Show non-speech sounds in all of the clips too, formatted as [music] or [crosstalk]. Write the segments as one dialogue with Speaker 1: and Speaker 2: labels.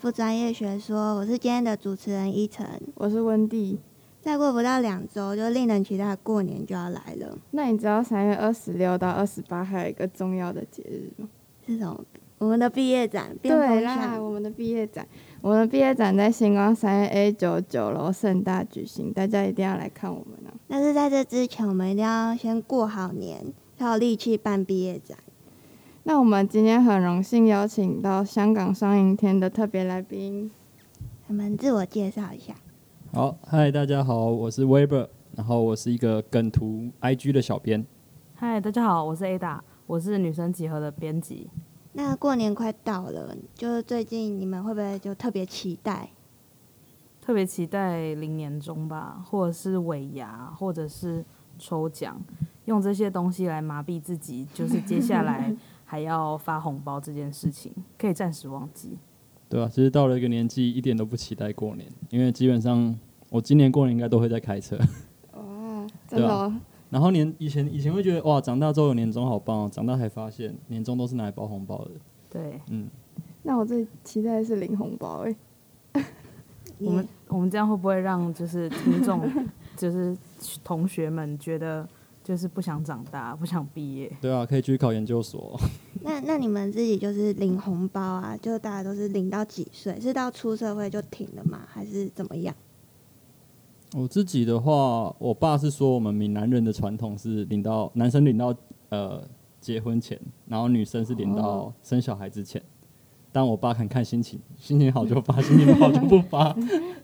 Speaker 1: 不专业学说，我是今天的主持人依晨。
Speaker 2: 我是温蒂。
Speaker 1: 再过不到两周，就令人期待的过年就要来了，
Speaker 2: 那你知道三月二十六到二十八还有一个重要的节日吗？
Speaker 1: 是什么？我们的毕业展变
Speaker 2: 对
Speaker 1: 风
Speaker 2: 啦，
Speaker 1: 向，
Speaker 2: 我们的毕业展，我们的毕业展在星光三月 A 九九楼盛大举行，大家一定要来看我们啊！
Speaker 1: 但是在这之前，我们一定要先过好年，才有力气办毕业展。
Speaker 2: 那我们今天很荣幸邀请到香港双赢天的特别来宾。
Speaker 1: 我们自我介绍一下，
Speaker 3: 好，嗨，大家好，我是 Weber，然后我是一个梗图 IG 的小编。
Speaker 4: 嗨，大家好，我是 Ada，我是女生集合的编辑。
Speaker 1: 那过年快到了，就是最近你们会不会就特别期待？
Speaker 4: 特别期待零年中吧，或者是尾牙，或者是抽奖，用这些东西来麻痹自己，就是接下来还要发红包这件事情，可以暂时忘记。
Speaker 3: 对啊，其实到了一个年纪，一点都不期待过年，因为基本上我今年过年应该都会在开车。 [laughs]
Speaker 2: 哇，真的、哦，
Speaker 3: 然后年以前以前会觉得哇，长大之后有年终好棒、哦，长大才发现年终都是拿来包红包的。
Speaker 4: 对
Speaker 3: 嗯，
Speaker 2: 那我最期待的是领红包哎、
Speaker 4: 我们，我们这样会不会让就是听众， [laughs] 就是同学们觉得就是不想长大，不想毕业？
Speaker 3: 对啊，可以去考研究所。
Speaker 1: 那那你们自己就是领红包啊，就大家都是领到几岁？是到出社会就停了吗？还是怎么样？
Speaker 3: 我自己的话，我爸是说我们闽南人的传统是领到男生领到呃结婚前，然后女生是领
Speaker 1: 哦
Speaker 3: 到生小孩之前。但我爸很看心情，心情好就发，心情不好就不发。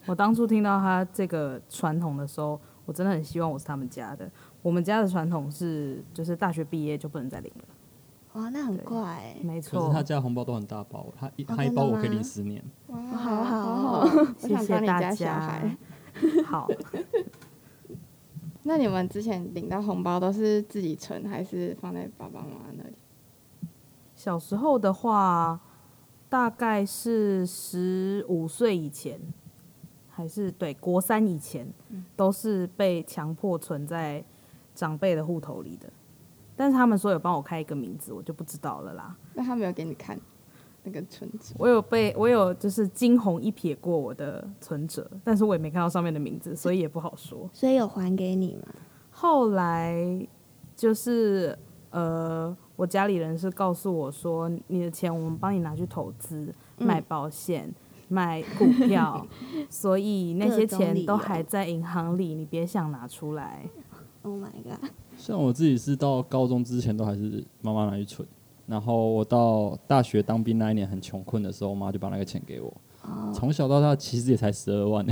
Speaker 4: 我当初听到他这个传统的时候，我真的很希望我是他们家的。我们家的传统是，就是大学毕业就不能再领了。
Speaker 1: 哇，那很
Speaker 4: 对
Speaker 1: 快、欸，
Speaker 4: 没
Speaker 3: 可是
Speaker 4: 错
Speaker 3: 他，家红包都很大包，他一
Speaker 1: 哦
Speaker 3: 他一
Speaker 1: 真的
Speaker 3: 包我可以
Speaker 1: 吗
Speaker 3: 领十年。
Speaker 2: 哇，
Speaker 1: 好好
Speaker 2: 好
Speaker 1: 哦
Speaker 2: 哦，我
Speaker 4: 谢
Speaker 2: 想
Speaker 4: 谢
Speaker 2: 当你
Speaker 4: 大
Speaker 2: 小
Speaker 4: 家
Speaker 2: 孩。。
Speaker 4: 好，
Speaker 2: 那你们之前领到红包都是自己存还是放在爸爸妈妈那里？
Speaker 4: 小时候的话，大概是十五岁以前，还是对国三以前，
Speaker 2: 嗯
Speaker 4: 都是被强迫存在长辈的户头里的。但是他们说有帮我开一个名字，我就不知道了啦。
Speaker 2: 那他没有给你看那个存折，
Speaker 4: 我有被我有就是惊鸿一瞥过我的存折，但是我也没看到上面的名字，所以也不好说。
Speaker 1: 所以有还给你吗？
Speaker 4: 后来就是呃，我家里人是告诉我说，你的钱我们帮你拿去投资，买保险。买股 [laughs] 票，所以那些
Speaker 1: 各种理
Speaker 4: 钱
Speaker 1: 由
Speaker 4: 都还在银行里，你别想拿出来。
Speaker 1: Oh my god！
Speaker 3: 像我自己是到高中之前都还是妈妈拿去存，然后我到大学当兵那一年很穷困的时候，我妈就把那个钱给我。
Speaker 1: 哦
Speaker 3: 从小到大其实也才十二万、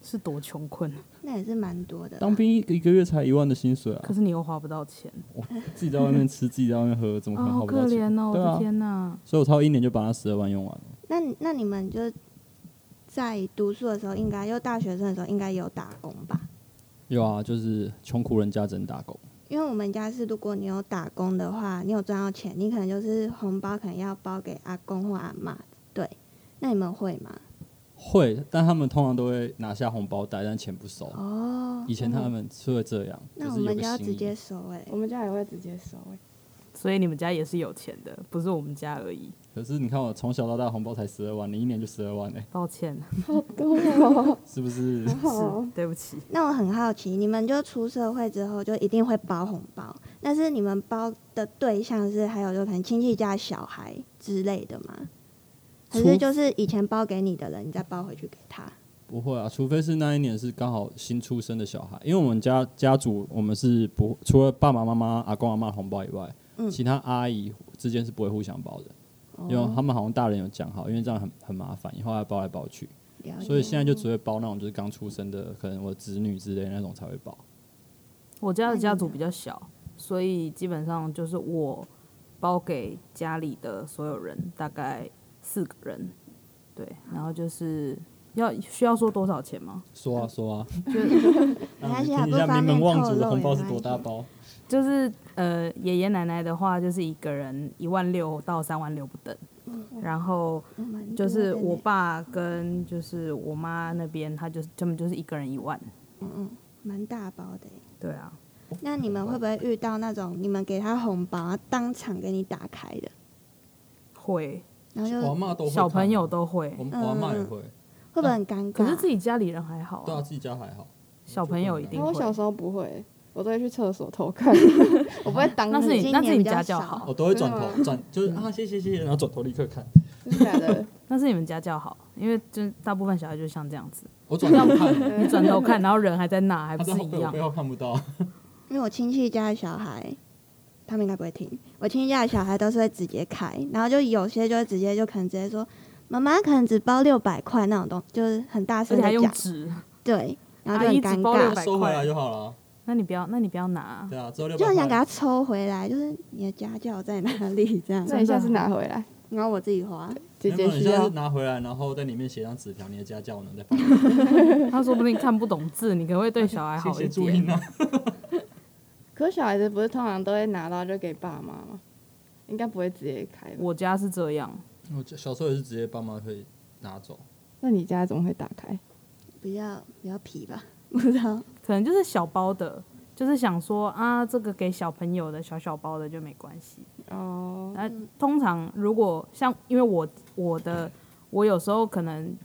Speaker 4: 是多穷困，啊
Speaker 1: 那也是蛮多的啦。
Speaker 3: 当兵一个一个月才一万的薪水啊
Speaker 4: 可，是你又花不到钱，
Speaker 3: 自己在外面吃，自己在外面喝，怎么可
Speaker 4: 啊，
Speaker 3: 能
Speaker 4: 好
Speaker 3: 好不到
Speaker 4: 可
Speaker 3: 钱？
Speaker 4: 怜哦！我
Speaker 3: 对
Speaker 4: 的
Speaker 3: 啊
Speaker 4: 天哪，
Speaker 3: 所以我超一年就把那十二万用完了。
Speaker 1: 那那你们就在读书的时候，应该就大学生的时候，应该有打工吧？
Speaker 3: 有啊，就是穷苦人家只能打工。
Speaker 1: 因为我们家是，如果你有打工的话，你有赚到钱，你可能就是红包可能要包给阿公或阿妈。对，那你们会吗？
Speaker 3: 会，但他们通常都会拿下红包袋，但钱不收。
Speaker 1: 哦，
Speaker 3: 以前他们是会这样，
Speaker 1: 那
Speaker 3: 就
Speaker 1: 我
Speaker 3: 是有
Speaker 1: 们
Speaker 3: 个
Speaker 1: 家
Speaker 3: 心
Speaker 1: 直
Speaker 3: 意
Speaker 1: 接。收哎、
Speaker 2: 我们家也会直接收、欸。
Speaker 4: 所以你们家也是有钱的，不是我们家而已。
Speaker 3: 可是你看我从小到大红包才十二万，你一年就十二万哎、
Speaker 4: 抱歉，
Speaker 2: 好多哦，
Speaker 3: 是不是？
Speaker 1: [laughs]
Speaker 2: 好
Speaker 4: 是，对不起。
Speaker 1: 那我很好奇，你们就出社会之后就一定会包红包，但是你们包的对象是还有就可能亲戚家小孩之类的吗？还是
Speaker 3: 除
Speaker 1: 就是以前包给你的人，你再包回去给他？
Speaker 3: 不会啊，除非是那一年是刚好新出生的小孩，因为我们家家族我们是不除了爸爸妈妈、阿公阿妈红包以外，
Speaker 1: 嗯哦
Speaker 3: 其他阿姨之间是不会互相包的，因为他们好像大人有讲好，因为这样很很麻烦，以后要包来包去，
Speaker 1: 了解
Speaker 3: 所以现在就只会包那种就是刚出生的，可能我侄女之类那种才会包。
Speaker 4: 我家的家族比较小，所以基本上就是我包给家里的所有人，大概四个人，对，然后就是要需要说多少钱吗？
Speaker 3: 说啊说啊，
Speaker 1: 没
Speaker 3: 让我
Speaker 1: 关
Speaker 3: 们
Speaker 1: 系
Speaker 3: 嗯听
Speaker 1: 啊，
Speaker 3: 一
Speaker 1: 不
Speaker 3: 下
Speaker 1: 方
Speaker 3: 名
Speaker 1: 便
Speaker 3: 门望
Speaker 1: 透
Speaker 3: 族的
Speaker 1: 露
Speaker 3: 红包
Speaker 1: 也
Speaker 3: 是
Speaker 1: 没
Speaker 3: 多
Speaker 1: 关
Speaker 3: 大
Speaker 1: 系。
Speaker 3: 包。
Speaker 4: 就是呃，爷爷奶奶的话，就是一个人一万六到三万六不等，
Speaker 1: 嗯
Speaker 4: 然后就是我爸跟就是我妈那边，他就是他们就是一个人一万，
Speaker 1: 嗯蛮大包的耶。
Speaker 4: 对啊，
Speaker 1: 那你们会不会遇到那种你们给他红包，他当场给你打开的？
Speaker 4: 会
Speaker 1: 然后
Speaker 3: 我
Speaker 1: 就
Speaker 3: 妈都会看
Speaker 4: 小朋友，都会
Speaker 3: 我，我妈
Speaker 1: 嗯
Speaker 3: 也会，
Speaker 1: 会不会很尴尬？
Speaker 4: 可是自己家里人还好
Speaker 3: 对啊，
Speaker 4: 啊，
Speaker 3: 自己家还
Speaker 1: 哦
Speaker 3: 好。
Speaker 4: 小朋友一定
Speaker 2: 因
Speaker 3: 就
Speaker 2: 为
Speaker 4: 会
Speaker 2: 我。小时候不会，我都会去厕所偷看，我不会当
Speaker 4: 那是
Speaker 1: 今
Speaker 4: 你那是
Speaker 1: 年比
Speaker 4: 你
Speaker 1: 较
Speaker 4: 家啊教
Speaker 1: 少
Speaker 4: 好，
Speaker 3: 我哦都会转
Speaker 2: 真
Speaker 3: 头转，就是啊，谢谢谢谢，然后转头立刻看。
Speaker 2: 真假的，
Speaker 4: 那是你们家教好，因为就大部分小孩就像这样子，
Speaker 1: [laughs]
Speaker 3: 我转头看，
Speaker 4: 你转头看，然后人还在那，还
Speaker 3: 他
Speaker 4: 不
Speaker 3: 在
Speaker 4: 是
Speaker 3: 后
Speaker 4: 一
Speaker 3: 背我
Speaker 4: 样
Speaker 3: 背？后看不到。
Speaker 4: [laughs]
Speaker 1: 因为我亲戚家的小孩，他们应该不会听。我亲戚家的小孩都是会直接开，然后就有些就会直接就可能直接说，妈妈可能只包六百块那种东，就是很大
Speaker 4: 而
Speaker 1: 声
Speaker 4: 且还
Speaker 1: 的
Speaker 4: 用
Speaker 1: 讲，
Speaker 4: 纸，
Speaker 1: 对，然后就
Speaker 4: 阿姨
Speaker 1: 很
Speaker 4: 只
Speaker 1: 尴
Speaker 4: 包600
Speaker 1: 尬，
Speaker 4: 百
Speaker 3: 收回来就好了。
Speaker 4: 那你不要，那你不要拿，
Speaker 3: 对啊，之后六百
Speaker 1: 就
Speaker 3: 块
Speaker 1: 很想给他抽回来，就是你的家教在哪里这样，
Speaker 2: 那你下次拿回来，
Speaker 1: 然后我自己花。
Speaker 2: 姐
Speaker 3: 没
Speaker 2: 姐
Speaker 3: 有你
Speaker 2: 需
Speaker 3: 现在
Speaker 2: 要
Speaker 3: 是。拿回来，然后在里面写张纸条，你的家教我能再放。
Speaker 4: 他说不定看不懂字，你可能会对小孩
Speaker 3: 谢
Speaker 4: 好
Speaker 3: 谢
Speaker 4: 一
Speaker 3: 注音
Speaker 4: 点。
Speaker 3: 啊，
Speaker 2: 可是小孩子不是通常都会拿到就给爸妈吗？应该不会直接开吧？
Speaker 4: 我家是这样，
Speaker 3: [laughs] 我小时候也是直接爸妈会拿走。
Speaker 2: 那你家怎么会打开？
Speaker 1: 比较比较皮吧， [laughs] 不知道。
Speaker 4: 可能就是小包的，就是想说啊，这个给小朋友的小小包的就没关系。
Speaker 2: 哦，
Speaker 3: [laughs]
Speaker 4: 那通常如果像，因为我我的我有时候可能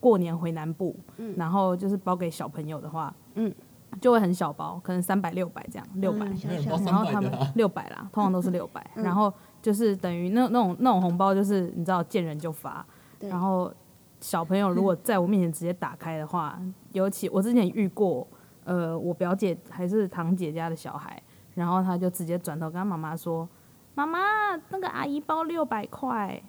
Speaker 4: 过年回南部，
Speaker 1: 嗯
Speaker 4: 然后就是包给小朋友的话，
Speaker 1: 嗯，
Speaker 4: 就会很小包，可能三百六百这样，六百、
Speaker 1: 嗯
Speaker 3: 没
Speaker 1: 小
Speaker 3: 有人
Speaker 1: 小
Speaker 3: 包
Speaker 1: 的啊
Speaker 3: 三
Speaker 4: 然后
Speaker 3: 百
Speaker 4: 他
Speaker 3: 的
Speaker 4: 们
Speaker 3: 啦，
Speaker 4: 六百
Speaker 1: [laughs]
Speaker 4: 啦，通常都是六百、
Speaker 1: 嗯
Speaker 4: 然后就是等于那那种那种红包，就是你知道见人就发，
Speaker 1: 对
Speaker 4: 然后小朋友如果在我面前直接打开的话，
Speaker 1: [laughs]
Speaker 4: 尤其我之前遇过，呃，我表姐还是堂姐家的小孩，然后他就直接转头跟他妈妈说：“妈妈，那个阿姨包六百
Speaker 1: [laughs]
Speaker 4: 块。”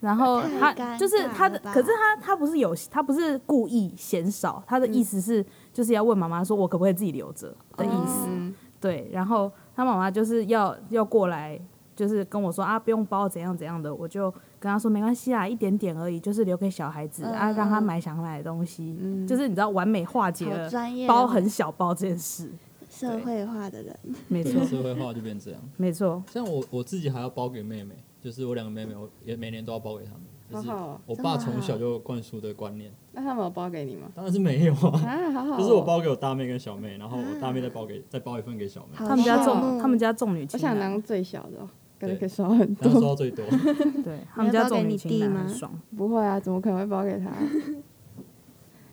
Speaker 4: 然后
Speaker 1: 太
Speaker 4: 他
Speaker 1: 尴
Speaker 4: 就是
Speaker 1: 尬
Speaker 4: 他的
Speaker 1: 了，吧
Speaker 4: 可是他他不是有他不是故意嫌少，他的意思是、就是要问妈妈说，我可不可以自己留着的意思。
Speaker 2: 嗯，
Speaker 4: 对，然后他妈妈就是要要过来，就是跟我说啊，不用包怎样怎样的，我就跟他说没关系啊，一点点而已，就是留给小孩子、啊，
Speaker 1: 嗯
Speaker 4: 让他买想买的东西，
Speaker 3: 嗯
Speaker 4: 就是你知道完美化解
Speaker 1: 好
Speaker 4: 了
Speaker 1: 专业哦，
Speaker 4: 包很小包这件事，
Speaker 1: 社会化的人，
Speaker 4: 没
Speaker 3: 对
Speaker 4: 错，
Speaker 3: 社会化就变这样。
Speaker 4: 没错，
Speaker 3: 像我我自己还要包给妹妹，就是我两个妹妹，我也每年都要包给她们。就是
Speaker 2: 好好哦
Speaker 3: 我爸从小就灌输的观念，
Speaker 2: 那他们有包给你吗？
Speaker 3: 当然是没有啊，
Speaker 2: 啊，好好哦，
Speaker 3: 就是我包给我大妹跟小妹，然后我大妹再包给再包一份给小妹，
Speaker 1: 好
Speaker 4: 他们家
Speaker 1: 羡
Speaker 4: 重，
Speaker 1: 慕
Speaker 4: 他们家重女
Speaker 2: 我
Speaker 4: 轻
Speaker 2: 想
Speaker 4: 男，
Speaker 2: 当最小的哦，感觉
Speaker 3: 啊对
Speaker 2: 可以收很
Speaker 3: 然后收
Speaker 2: 多。 [laughs]
Speaker 3: 到最多。
Speaker 1: [laughs]
Speaker 4: 对他们家重女轻
Speaker 1: 你要
Speaker 4: 男
Speaker 1: 包给你弟吗
Speaker 4: 很爽，
Speaker 2: 不会啊，怎么可能会包给他？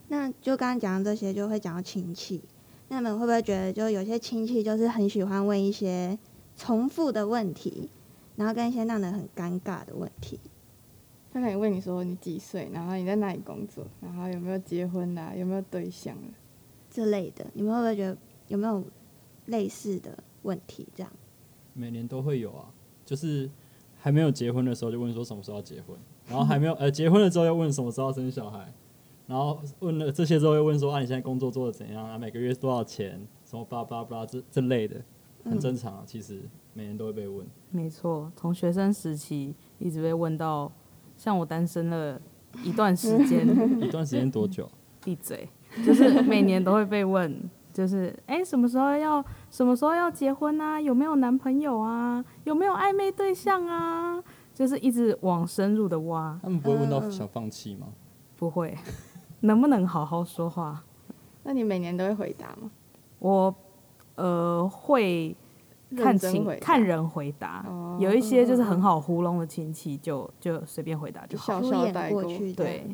Speaker 1: 那就刚刚讲的这些，就会讲到亲戚。那你们会不会觉得，就有些亲戚就是很喜欢问一些重复的问题，然后跟一些让人很尴尬的问题？
Speaker 2: 他可能问你说你几岁，然后你在哪里工作，然后有没有结婚啦、有没有对象啊了、
Speaker 1: 这类的，你们会不会觉得有没有类似的问题？这样
Speaker 3: 每年都会有啊，就是还没有结婚的时候就问说什么时候要结婚，然后还没有 [laughs] 呃结婚了之后又问什么时候要生小孩，然后问了这些之后又问说啊你现在工作做的怎样啊，每个月多少钱，什么巴拉巴拉巴拉这这类的，很正常啊，其实每年都会被问。
Speaker 4: 没错，从学生时期一直被问到，像我单身了一段时间，
Speaker 3: 嗯一段时间多久？
Speaker 4: 闭嘴，就是每年都会被问，就是哎、诶什么时候要什么时候要结婚啊？有没有男朋友啊？有没有暧昧对象啊？就是一直往深入的挖，
Speaker 3: 他们不会
Speaker 1: 嗯
Speaker 3: 问到
Speaker 1: 嗯
Speaker 3: 想放弃吗？
Speaker 4: 不会，能不能好好说话？
Speaker 2: 那你每年都会回答吗？
Speaker 4: 我呃会看
Speaker 2: 认真
Speaker 4: 情
Speaker 2: 回答
Speaker 4: 看人回答，
Speaker 2: 哦
Speaker 4: 有一些就是很好糊弄的亲戚就就随便回答就
Speaker 2: 笑
Speaker 4: 好了。
Speaker 1: 敷
Speaker 2: 笑带
Speaker 1: 衍过
Speaker 2: 过
Speaker 1: 去的。
Speaker 4: 对，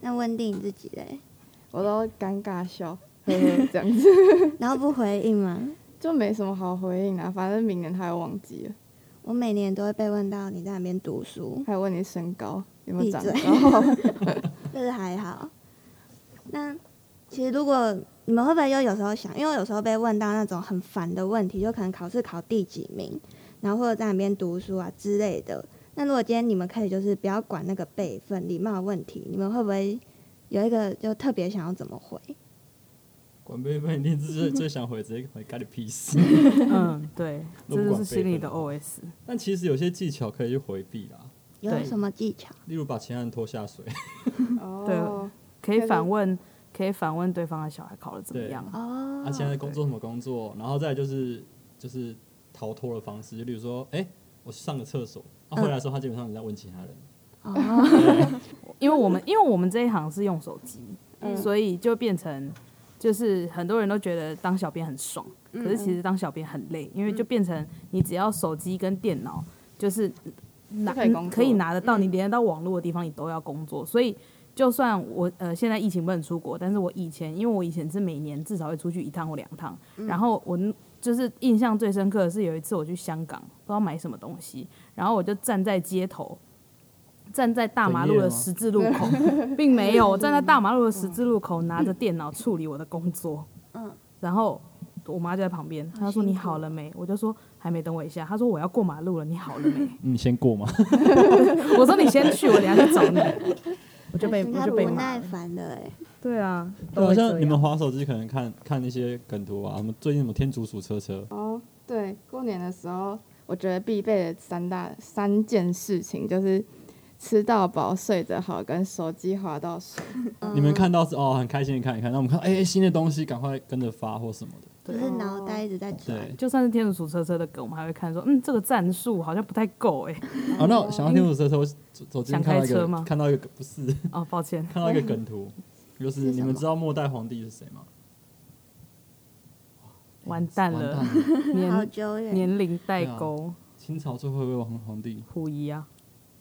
Speaker 1: 那温蒂你自己嘞， [laughs]
Speaker 2: 我都尴尬笑，呵呵，这样子 [laughs]
Speaker 1: 然后不回应吗？
Speaker 2: 就没什么好回应啦。反正明年他又忘记了，
Speaker 1: 我每年都会被问到你在哪边读书，
Speaker 2: 还有问你身高有没有长
Speaker 1: 闭嘴
Speaker 2: 高， [laughs]
Speaker 1: 就是还好。那其实如果你们会不会又有时候想，因为我有时候被问到那种很烦的问题，就可能考试考第几名，然后或者在哪边读书啊之类的。那如果今天你们可以就是不要管那个辈分、礼貌的问题，你们会不会有一个就特别想要怎么回？
Speaker 3: 管辈分一定是最最想回，直接回干你屁事。
Speaker 4: 嗯，对，这
Speaker 3: 都不管
Speaker 4: 就是心里的
Speaker 3: 辈分
Speaker 4: OS。
Speaker 3: 但其实有些技巧可以去回避啦，
Speaker 1: 有
Speaker 4: 对
Speaker 1: 什么技巧？
Speaker 3: 例如把前任拖下水。
Speaker 2: 哦，
Speaker 4: 可以反问，可以反问对方的小孩考的怎么
Speaker 3: 对
Speaker 4: 样？啊
Speaker 1: 哦，
Speaker 3: 啊
Speaker 4: [laughs]
Speaker 3: 他、现在工作什么工作，然后再来就是就是逃脱的方式，就例如说，哎、我去上个厕所，他、
Speaker 4: 嗯
Speaker 3: 回来的时候，他基本上你在问其他人，
Speaker 1: 哦，
Speaker 4: 因为我们因为我们这一行是用手机，
Speaker 2: 嗯
Speaker 4: 所以就变成就是很多人都觉得当小编很爽，
Speaker 2: 嗯
Speaker 4: 可是其实当小编很累，因为就变成你只要手机跟电脑，就是拿
Speaker 2: 可以工作嗯
Speaker 4: 可以拿得到，你连得到网络的地方，你都要工作。所以，就算我呃现在疫情不能出国，但是我以前因为我以前是每年至少会出去一趟或两趟，
Speaker 2: 嗯
Speaker 4: 然后我就是印象最深刻的是有一次我去香港，不知道买什么东西，然后我就站在街头。站在大马
Speaker 3: 整
Speaker 4: 路
Speaker 3: 夜
Speaker 4: 的
Speaker 3: 吗
Speaker 4: 十字路口，并没有。我站在大马路的十字路口，拿着电脑处理我的工作。
Speaker 1: 嗯
Speaker 4: 然后我妈就在旁边，她
Speaker 1: 辛苦哦
Speaker 4: 说：“你好了没？”我就说：“还没，等我一下。”她说：“我要过马路了，你好了没 [laughs]
Speaker 3: 你嗯先过嘛。？”
Speaker 4: 我说：“你先去，我等一下去找你。”我就被
Speaker 1: 哎你
Speaker 4: 我
Speaker 1: 太
Speaker 4: 就
Speaker 1: 不
Speaker 4: 被骂
Speaker 1: 耐
Speaker 4: 了。
Speaker 1: 烦了哎、
Speaker 4: 对啊，都
Speaker 3: 好
Speaker 4: 会这
Speaker 3: 像你们
Speaker 4: 样
Speaker 3: 滑手机可能看看那些梗图啊，什么最近什么天竺鼠车车，
Speaker 2: 哦，对，过年的时候，我觉得必备的三大三件事情就是吃到饱、睡得好跟手机滑到水。
Speaker 1: 嗯
Speaker 3: 你们看到是哦很开心地看一看，那我们看哎、新的东西赶快跟着发或什么的，
Speaker 1: 就是脑袋一直在转。
Speaker 3: 对。
Speaker 4: 就算是天竺鼠车车的梗，我们还会看说，嗯，这个战术好像不太够哎、
Speaker 3: 啊，那我想到天竺鼠车车，我走走进
Speaker 4: 想
Speaker 3: 看到
Speaker 4: 开
Speaker 3: 一
Speaker 4: 车吗
Speaker 3: 个看到一个不是 [laughs]
Speaker 4: 哦，
Speaker 1: [laughs]
Speaker 4: 抱歉，
Speaker 3: 看到一个梗图，就是
Speaker 2: 是
Speaker 3: 你
Speaker 2: 什么
Speaker 3: 们知道末代皇帝是谁吗？
Speaker 4: 完蛋了，
Speaker 3: 完蛋了
Speaker 1: 好
Speaker 4: 年
Speaker 1: 久远，
Speaker 4: 年龄代
Speaker 3: 啊
Speaker 4: 沟，
Speaker 3: 清朝最后一位皇皇帝
Speaker 4: 溥仪啊，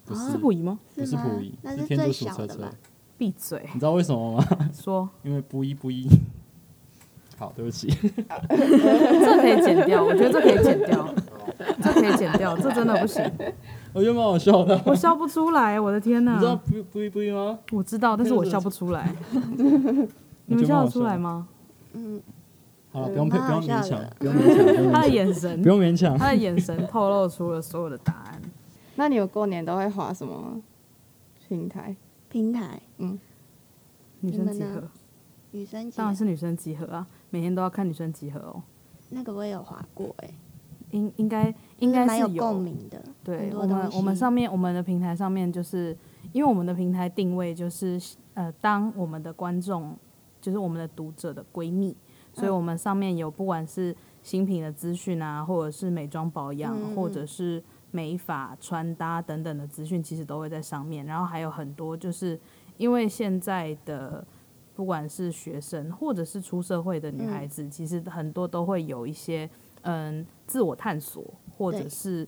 Speaker 3: 不
Speaker 1: 啊
Speaker 3: 是
Speaker 4: 是溥仪吗？
Speaker 3: 不
Speaker 1: 是
Speaker 3: 是
Speaker 1: 吗
Speaker 3: 溥仪，
Speaker 1: 那
Speaker 3: 是
Speaker 1: 是
Speaker 3: 天竺
Speaker 1: 最
Speaker 3: 鼠
Speaker 1: 小
Speaker 3: 车
Speaker 1: 的
Speaker 3: 车
Speaker 1: 吧。
Speaker 4: 闭嘴，
Speaker 3: 你知道为什么吗？ [laughs]
Speaker 4: 说
Speaker 3: 因为不一不
Speaker 4: [laughs]
Speaker 3: 一。好，对不起，
Speaker 4: 这可以剪掉，我觉得这可以剪掉，这可以剪掉，这真的不行，
Speaker 3: [laughs] 我觉得蛮好笑的。
Speaker 4: 我笑不出来，我的天
Speaker 3: 你知道
Speaker 4: 哪！
Speaker 3: 不不一不一吗？
Speaker 4: 我知道，但是我笑不出来，你
Speaker 3: 我
Speaker 4: 们
Speaker 3: 觉
Speaker 4: 笑
Speaker 3: 蛮好
Speaker 4: 得出
Speaker 3: 的
Speaker 4: 来？吗？
Speaker 1: 嗯，
Speaker 3: 好了，不用不
Speaker 1: 蛮好
Speaker 3: 用勉
Speaker 1: 笑
Speaker 3: 强
Speaker 1: [laughs] 的，
Speaker 3: 不用勉强，不用勉
Speaker 4: 他的
Speaker 3: 强
Speaker 4: 眼神
Speaker 3: 不，用勉强。
Speaker 4: 他的眼神透露出了所有的答案。
Speaker 2: 那你有过年都会滑什么平台？
Speaker 1: 平台
Speaker 4: 女生集
Speaker 1: 你们
Speaker 4: 合
Speaker 1: 呢，女生节
Speaker 4: 当然是女生集合啊，每天都要看女生集合哦。
Speaker 1: 那个我也有划过哎、
Speaker 4: 应应该应该
Speaker 1: 嗯蛮
Speaker 4: 是
Speaker 1: 有共鸣的，很
Speaker 4: 对，
Speaker 1: 多
Speaker 4: 我们
Speaker 1: 东
Speaker 4: 我们
Speaker 1: 西
Speaker 4: 上面我们的平台上面，就是因为我们的平台定位就是呃，当我们的观众就是我们的读者的闺蜜，所
Speaker 1: 嗯
Speaker 4: 以我们上面有不管是新品的资讯啊，或者是美妆保养，
Speaker 1: 嗯嗯
Speaker 4: 或者是美发、穿搭等等的资讯，其实都会在上面。然后还有很多就是因为现在的。不管是学生或者是出社会的
Speaker 1: 嗯
Speaker 4: 女孩子，其实很多都会有一些嗯自我探索，或者
Speaker 1: 对
Speaker 4: 是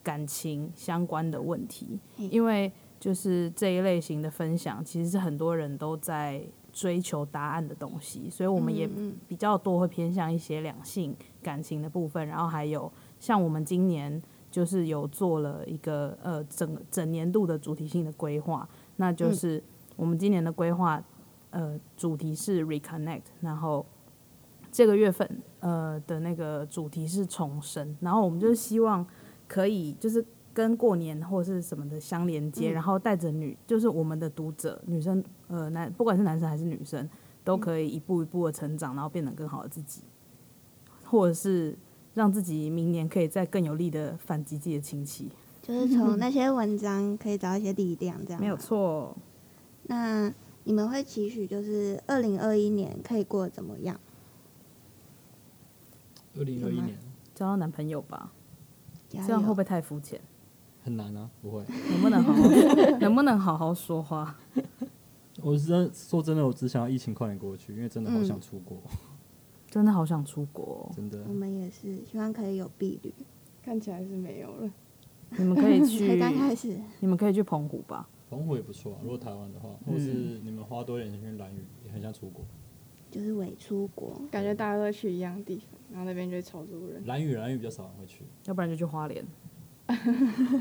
Speaker 4: 感情相关的问题，
Speaker 1: 嘿
Speaker 4: 因为就是这一类型的分享，其实是很多人都在追求答案的东西，所以我们也
Speaker 1: 嗯嗯
Speaker 4: 比较多会偏向一些两性感情的部分，然后还有像我们今年就是有做了一个呃整整年度的主题性的规划，那就是我们今年的规划呃主题是 reconnect，然后这个月份呃的那个主题是重生，然后我们就是希望可以就是跟过年或是什么的相连接，
Speaker 1: 嗯
Speaker 4: 然后带着女就是我们的读者女生呃男不管是男生还是女生都可以一步一步的成长，然后变成更好的自己，或者是让自己明年可以再更有力的反击自己的亲戚， [laughs]
Speaker 1: 就是从那些文章可以找到一些力量，这样
Speaker 4: 没有
Speaker 1: 吗。
Speaker 4: 错。
Speaker 1: 那你们会期许就是二零二一年可以过得怎么样？
Speaker 3: 二零二一年
Speaker 4: 交到男朋友吧，
Speaker 1: 加
Speaker 4: 这样会不
Speaker 1: 油！
Speaker 4: 会太肤浅？
Speaker 3: 很难啊，不会。
Speaker 4: 能不能好 [laughs] 好能不能好好说话？
Speaker 3: [laughs] 我是真说真的，我只想要疫情快点过去，因为真的好
Speaker 1: 嗯
Speaker 3: 想出
Speaker 1: [laughs]
Speaker 3: 国，
Speaker 4: 真的好想出国哦、
Speaker 3: 真的
Speaker 1: 我。们也是希望可以有避旅，
Speaker 2: 看起来是没有了。
Speaker 4: 你们可以
Speaker 1: 才
Speaker 4: 去，
Speaker 1: 刚开始。
Speaker 4: 你们可以去澎湖吧。
Speaker 3: 澎湖也不错啊，如果台湾的话，或是你们花多一点钱去兰屿，也很想出国。
Speaker 1: 就是伪出
Speaker 4: [laughs]
Speaker 1: 国，
Speaker 2: 感觉大家都会去一样的地方，然后那边就会超多人。
Speaker 3: 兰屿兰屿比较少人会去，
Speaker 4: 要不然就去花莲，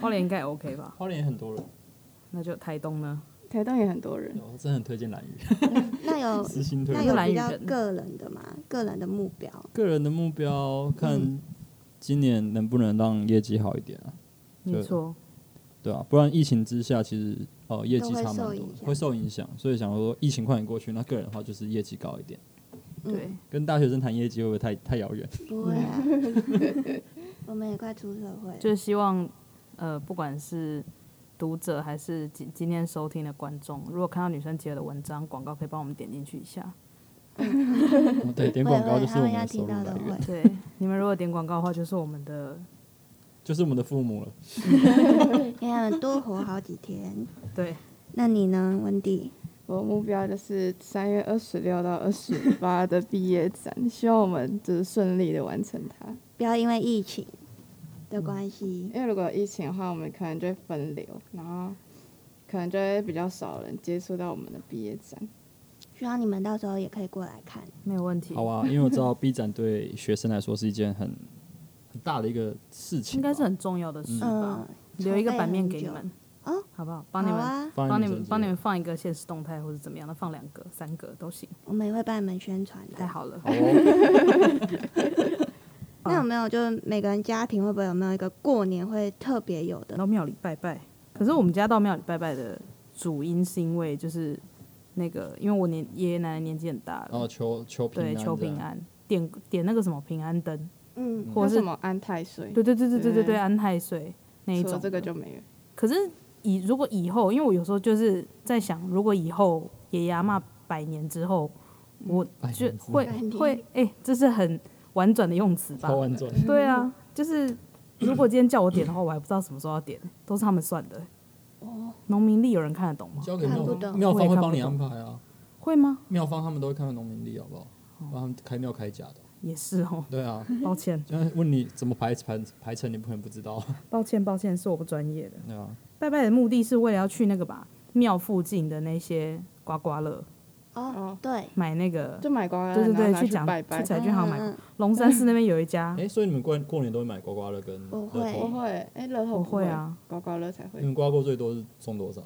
Speaker 4: 花莲应该也 OK 吧？
Speaker 3: 花莲也很多人，
Speaker 4: 那就台东呢？
Speaker 2: 台东也很多人，
Speaker 3: 我真的很推荐兰
Speaker 1: [laughs]
Speaker 3: 屿，
Speaker 1: 那有
Speaker 3: 私心推
Speaker 1: 那
Speaker 3: 荐。
Speaker 1: 有
Speaker 4: 来
Speaker 1: 比
Speaker 4: 源
Speaker 1: 较个人的嘛？个人的目标，
Speaker 3: 个人的目标，
Speaker 1: 嗯
Speaker 3: 看今年能不能让业绩好一点啊，
Speaker 4: 没错，
Speaker 3: 对啊，不然疫情之下，其实呃业绩
Speaker 1: 都会
Speaker 3: 差蛮
Speaker 1: 受
Speaker 3: 多
Speaker 1: 影
Speaker 3: 的，
Speaker 1: 响
Speaker 3: 会受影响，所以想说疫情快点过去，那个人的话就是业绩高一点。
Speaker 1: 嗯
Speaker 4: 对，嗯
Speaker 3: 跟大学生谈业绩会不会太太遥
Speaker 1: [laughs]
Speaker 3: 远？
Speaker 1: 不会
Speaker 4: [laughs]
Speaker 1: 啊，我们也快出社会了，
Speaker 4: 就是希望呃，不管是读者还是今今天收听的观众，如果看到女生杰的文章广告，可以帮我们点进去一下。
Speaker 3: 哦对，点
Speaker 1: 会
Speaker 3: 广告
Speaker 1: 会，
Speaker 3: 就是
Speaker 1: 他
Speaker 3: 我
Speaker 1: 们
Speaker 3: 们
Speaker 1: 要
Speaker 3: 的收
Speaker 1: 听
Speaker 3: 入
Speaker 1: 到的
Speaker 3: 来
Speaker 1: 会
Speaker 3: 源，，
Speaker 4: 对，你们如果点广告的话，就是我们的
Speaker 3: 就是我们的父母
Speaker 1: [laughs]
Speaker 3: 了。
Speaker 1: 给他们多活好几天。
Speaker 4: 对。
Speaker 1: 那你呢，温迪？
Speaker 2: 我的目标就是三月二十六到二十八的毕业展，希望我们就是顺利的完成它。
Speaker 1: 不要因为疫情的关系。
Speaker 2: 因为如果有疫情的话，我们可能就会分流，然后可能就会比较少人接触到我们的毕业展。
Speaker 1: 希望你们到时候也可以过来看。
Speaker 4: 没有问题。
Speaker 3: 好啊，因为我知道 B 展对学生来说是一件很很大的一个事情啊
Speaker 4: 应
Speaker 3: 吧，
Speaker 4: 该是很重要的事吧
Speaker 1: 嗯，，
Speaker 4: 留一个版面给你们，
Speaker 1: 哦，
Speaker 4: 好不好？
Speaker 1: 好
Speaker 4: 帮你们，
Speaker 1: 啊，
Speaker 3: 帮
Speaker 4: 帮你们，帮你
Speaker 3: 们
Speaker 4: 们放一个现实动态或者怎么样的，放两个、三个都行，
Speaker 1: 我们也会帮你们宣传
Speaker 4: 太
Speaker 1: 的。
Speaker 4: 好了。
Speaker 3: 整理。好哦
Speaker 1: 那有没有就是每个人家庭会不会有没有一个过年会特别有的？
Speaker 4: [laughs] 到庙里拜拜。可是我们家到庙里拜拜的主因是因为就是那个，因为我年爷爷奶奶年纪很大了，
Speaker 3: 然后求哦求平
Speaker 4: 对，
Speaker 3: 安，啊
Speaker 4: 求平。安，点点那个什么平安灯，
Speaker 1: 嗯，
Speaker 2: 或
Speaker 4: 或者
Speaker 2: 什
Speaker 4: 是
Speaker 2: 么安太岁，
Speaker 4: 对对对对对对对，
Speaker 3: 嗯
Speaker 2: 对
Speaker 4: 安太岁那一
Speaker 2: 除了
Speaker 4: 种。
Speaker 2: 这个就，没有。
Speaker 4: 可是以如果以后，因为我有时候就是在想，如果以后爷爷阿嬷百年之后，我
Speaker 3: 百
Speaker 4: 就
Speaker 3: 年之
Speaker 4: 会
Speaker 1: 百年
Speaker 4: 会哎、这是很婉转的用词吧
Speaker 3: 超？婉转，
Speaker 4: 对啊，就是如果今天叫我点的话，我还不知道什么时候要点，都是他们算的。
Speaker 1: 哦，
Speaker 4: 农民历有人看得懂吗？
Speaker 3: 交给
Speaker 1: 看
Speaker 3: 妙
Speaker 1: 不
Speaker 3: 方，
Speaker 1: 懂
Speaker 3: 妙方
Speaker 4: 我也
Speaker 3: 会
Speaker 4: 看
Speaker 3: 帮
Speaker 4: 不
Speaker 3: 你安
Speaker 4: 懂
Speaker 3: 排啊。
Speaker 4: 会吗？
Speaker 3: 妙方他们都会看到农民历，好不好？帮他们开庙开假的。
Speaker 4: 也是哦，
Speaker 3: 对啊，
Speaker 4: 抱歉，
Speaker 3: 就像问你怎么排排排程，你不可能不知道。
Speaker 4: 抱歉，抱歉，是我不专业的。
Speaker 3: 对啊，
Speaker 4: 拜拜的目的是为了要去那个吧庙附近的那些刮刮乐
Speaker 1: 哦
Speaker 2: 哦，
Speaker 1: 对，
Speaker 4: 买那个
Speaker 2: 就买瓜，
Speaker 4: 对对对
Speaker 2: 然后拿
Speaker 4: 去讲
Speaker 2: 拜拜哦
Speaker 4: 去。讲彩券行买
Speaker 1: 嗯嗯
Speaker 4: 龙山寺那边有
Speaker 3: [laughs]
Speaker 4: 一家，
Speaker 3: 哎，所以你们过过年都会买刮刮乐跟
Speaker 1: 我
Speaker 3: 乐
Speaker 1: 会
Speaker 3: 透
Speaker 2: 不
Speaker 3: 吗
Speaker 2: 会，哎，乐透
Speaker 4: 我
Speaker 2: 不
Speaker 4: 会啊，
Speaker 2: 刮刮乐才会
Speaker 3: 你。们刮过最多是中多少？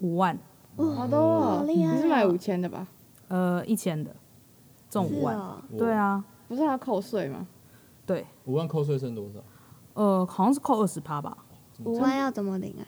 Speaker 4: 五万
Speaker 2: 好多哦，
Speaker 1: 好厉害哦
Speaker 2: 你是买五千的吧？
Speaker 4: 呃一千的中
Speaker 1: 是
Speaker 4: 五万，
Speaker 1: 哦，
Speaker 4: 对啊，
Speaker 2: 不是还要扣税吗？
Speaker 4: 对，
Speaker 3: 五，五万扣税剩多少？
Speaker 4: 呃好像是扣二十趴吧，
Speaker 1: 五万要怎么领啊？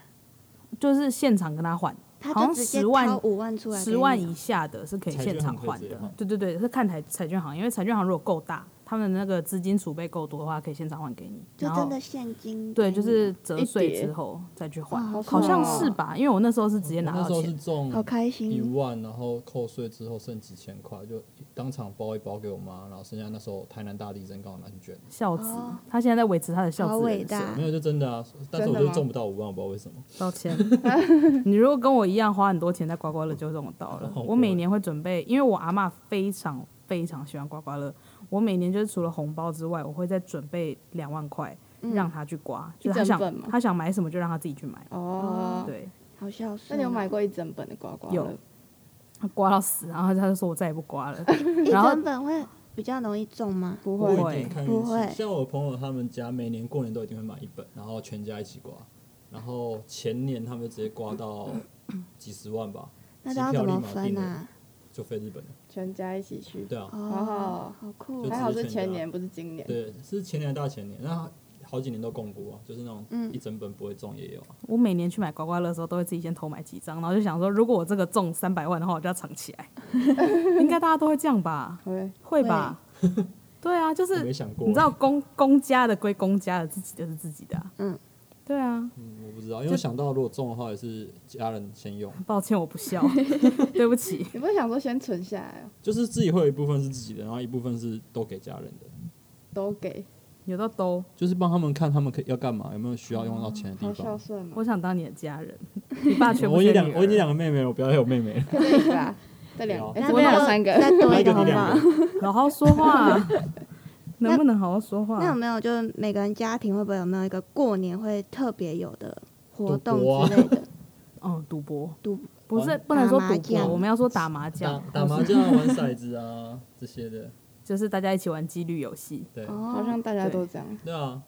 Speaker 4: 就是现场跟他换，
Speaker 1: 他就
Speaker 4: 好像
Speaker 1: 直接
Speaker 4: 10万
Speaker 1: 掏五万出来给你
Speaker 4: 十
Speaker 1: 哦，
Speaker 4: 万以下的是可以现场换
Speaker 3: 彩券行可以直接
Speaker 4: 的
Speaker 3: 换，
Speaker 4: 对对对，是看台彩券行，因为彩券行如果够大，他们的那个资金储备够多的话，可以现场换给你，
Speaker 1: 就
Speaker 4: 然后
Speaker 1: 真的现金给
Speaker 4: 对，
Speaker 1: 你哦。
Speaker 4: 就是折
Speaker 2: 一
Speaker 4: 税
Speaker 2: 叠
Speaker 4: 之后再去换，
Speaker 1: 哦
Speaker 4: 好像是吧？因为我那时候是直接
Speaker 3: 我
Speaker 4: 拿
Speaker 3: 那
Speaker 4: 到
Speaker 3: 时候是
Speaker 4: 钱，
Speaker 3: 中
Speaker 1: 好开
Speaker 3: 一
Speaker 1: 心哦，
Speaker 3: 万，然后扣税之后剩几千块，就当场包一包给我妈，然后剩下那时候台南大地震刚好拿去捐，
Speaker 4: 孝子
Speaker 1: 哦，
Speaker 4: 他现在在维持他的孝
Speaker 1: 好
Speaker 4: 子
Speaker 1: 伟
Speaker 4: 人
Speaker 1: 大
Speaker 4: 设，
Speaker 3: 没有就真的啊，但是
Speaker 2: 真
Speaker 3: 我
Speaker 2: 的
Speaker 3: 就
Speaker 2: 吗
Speaker 3: 中不到五万，我不知道为什么。
Speaker 4: 抱歉， [laughs] 你如果跟我一样花很多钱在刮刮乐，就中到了
Speaker 3: 好。贵
Speaker 4: 我每年会准备，因为我阿嬷非常非常喜欢刮刮乐，我每年就是除了红包之外，我会再准备两万块让她去刮，就是她
Speaker 2: 一整份吗
Speaker 4: 想她想买什么就让她自己去买。
Speaker 2: 哦，
Speaker 4: 嗯对，
Speaker 1: 好孝顺。啊
Speaker 2: 那你有买？过一整本的刮刮乐
Speaker 4: 有？她刮到死，然后她就说我再也不刮了。 [laughs]
Speaker 1: 一
Speaker 4: 然后
Speaker 1: 整本会比较容易中吗？
Speaker 2: 不
Speaker 3: 不
Speaker 2: 会，
Speaker 3: 一定看运
Speaker 1: 不会
Speaker 3: 气。像我朋友他们家，每年过年都一定会买一本，然后全家一起刮。然后前年他们就直接刮到几十万吧，
Speaker 1: 那这要怎么分
Speaker 3: 机票立马
Speaker 1: 啊？
Speaker 3: 就飞日本了。
Speaker 2: 全家一起去。
Speaker 3: 对啊，
Speaker 1: 哦，好酷
Speaker 3: 就
Speaker 1: 哦！
Speaker 2: 还好
Speaker 3: 直
Speaker 2: 是
Speaker 3: 接全家
Speaker 2: 前年，不是今年。
Speaker 3: 对，是前年还大前年，那好几年都共估啊，就是那种
Speaker 1: 嗯
Speaker 3: 一整本不会中也有啊。
Speaker 4: 我每年去买刮刮乐的时候，都会自己先偷买几张，然后就想说，如果我这个中三百万的话，我就要藏起来。应该大家都会这样吧？
Speaker 2: 会，
Speaker 4: 会吧？对啊，就
Speaker 3: 我
Speaker 4: 是
Speaker 3: 没想过，
Speaker 4: 你知道公公家的归公家的，自己的是自己的、啊。
Speaker 1: 嗯，
Speaker 4: 对啊，
Speaker 3: 嗯，我不知道，因为我想到如果中的话也是家人先用，
Speaker 4: 抱歉，我不孝，对不起。
Speaker 2: 你不会想说先存下来哦，
Speaker 3: 就是自己会有一部分是自己的，然后一部分是都给家人的，
Speaker 2: 都给，
Speaker 4: 有到都，
Speaker 3: 就是帮他们看他们可以要干嘛，有没有需要用到钱的
Speaker 2: 好
Speaker 3: 地
Speaker 2: 孝
Speaker 3: 方。
Speaker 2: 顺
Speaker 4: 我
Speaker 2: 哦。
Speaker 4: 想当你的家人，你爸缺不
Speaker 3: 我已
Speaker 4: 缺
Speaker 3: 经
Speaker 4: 女
Speaker 3: 两，
Speaker 4: 儿？
Speaker 3: 我已经两个妹妹了，我不要再有妹妹了。
Speaker 2: 可以一个 [laughs] 啊，这两，
Speaker 3: 不
Speaker 2: 哎
Speaker 1: 那
Speaker 2: 这边还有三
Speaker 1: 再
Speaker 2: 个，
Speaker 1: 多一个
Speaker 3: 那
Speaker 1: 好
Speaker 3: 一个啊
Speaker 1: 不
Speaker 3: 你
Speaker 1: 好
Speaker 3: 两？
Speaker 4: 好好说话，能不能好好说话
Speaker 1: 那？有没有就是每个人家庭会不会有没有一个过年会特别有的活动
Speaker 3: 赌博啊
Speaker 1: 之
Speaker 3: [laughs]
Speaker 1: 类的？
Speaker 4: 哦，赌博，
Speaker 1: 赌
Speaker 4: 不是
Speaker 3: 玩
Speaker 4: 不能说
Speaker 1: 打麻
Speaker 4: 赌博，
Speaker 1: 将
Speaker 4: 我们要说打麻
Speaker 3: 打
Speaker 4: 将，
Speaker 3: 打麻将、玩骰子啊这些的，
Speaker 4: 就是大家一起玩几率游戏，
Speaker 3: 对
Speaker 1: 哦
Speaker 2: 好，像大家都这样。
Speaker 3: 对啊，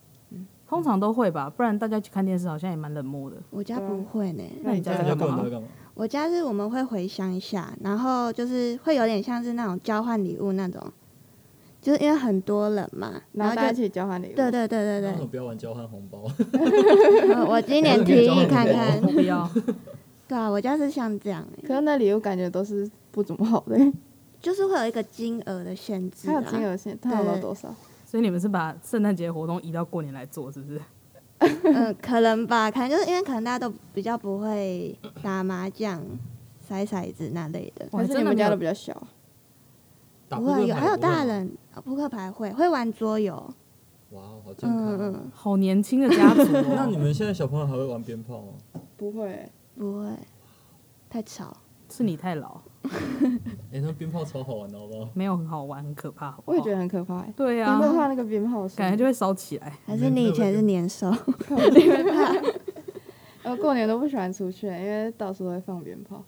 Speaker 4: 通常都会吧，不然大家去看电视好像也蛮冷漠的。
Speaker 1: 我
Speaker 2: 啊
Speaker 1: 家不会呢。
Speaker 4: 那你家
Speaker 3: 大
Speaker 4: 在
Speaker 3: 家
Speaker 4: 干
Speaker 3: 过年
Speaker 4: 嘛
Speaker 3: 都？在干嘛？
Speaker 1: 我家是我们会回乡下，然后就是会有点像是那种交换礼物那种，就是因为很多人嘛，
Speaker 2: 然
Speaker 1: 然
Speaker 2: 后
Speaker 1: 后
Speaker 2: 大家一
Speaker 1: 就
Speaker 2: 起交换礼物。
Speaker 1: 对对对
Speaker 3: 那
Speaker 1: 对
Speaker 3: 为什么不要玩交换红包？
Speaker 1: 对，
Speaker 3: 哦
Speaker 1: 我我今年提议看看
Speaker 4: 我，不要，
Speaker 1: 对啊，我家是像这样、欸，
Speaker 2: 可是那礼物感觉都是不怎么好的，
Speaker 1: 就是会有一个金额的限制、
Speaker 2: 还
Speaker 1: 啊，
Speaker 2: 有金额限，它有到多少？
Speaker 4: [laughs] 所以你们是把圣诞节活动移到过年来做，是不是？
Speaker 1: 嗯，可能吧，可能就是因为可能大家都比较不会打麻将、甩骰子那类的。
Speaker 4: 我
Speaker 2: 还
Speaker 4: 还
Speaker 2: 是
Speaker 4: 真
Speaker 2: 你
Speaker 4: 的
Speaker 2: 们
Speaker 4: 没
Speaker 2: 家
Speaker 4: 有
Speaker 2: 的比较小啊？
Speaker 3: 打
Speaker 1: 不
Speaker 3: 扑
Speaker 1: 会有，
Speaker 3: 克牌也
Speaker 1: 还有
Speaker 3: 不会吗
Speaker 1: 大。人呃扑克牌会会玩桌游，
Speaker 3: 哇，好健
Speaker 1: 嗯
Speaker 3: 康啊。
Speaker 1: 嗯，
Speaker 4: 好年轻的家族哦。
Speaker 3: 那你们现在小朋友还会玩鞭炮吗？
Speaker 2: 不会，
Speaker 1: 不会，太吵。
Speaker 4: 是你太老，
Speaker 3: 哎、那鞭炮超好玩的，好不好？
Speaker 4: 没有很好玩，很可怕。好不
Speaker 2: 我
Speaker 4: 好
Speaker 2: 也觉得很可怕、欸。
Speaker 4: 对啊
Speaker 2: 你
Speaker 4: 呀、
Speaker 2: 会怕那个鞭炮声？
Speaker 4: 感觉就会烧起来。
Speaker 1: 还是你以前是年
Speaker 3: [laughs]
Speaker 1: 兽？ [laughs]
Speaker 2: 我过年都不喜欢出去，因为到处都会放鞭炮，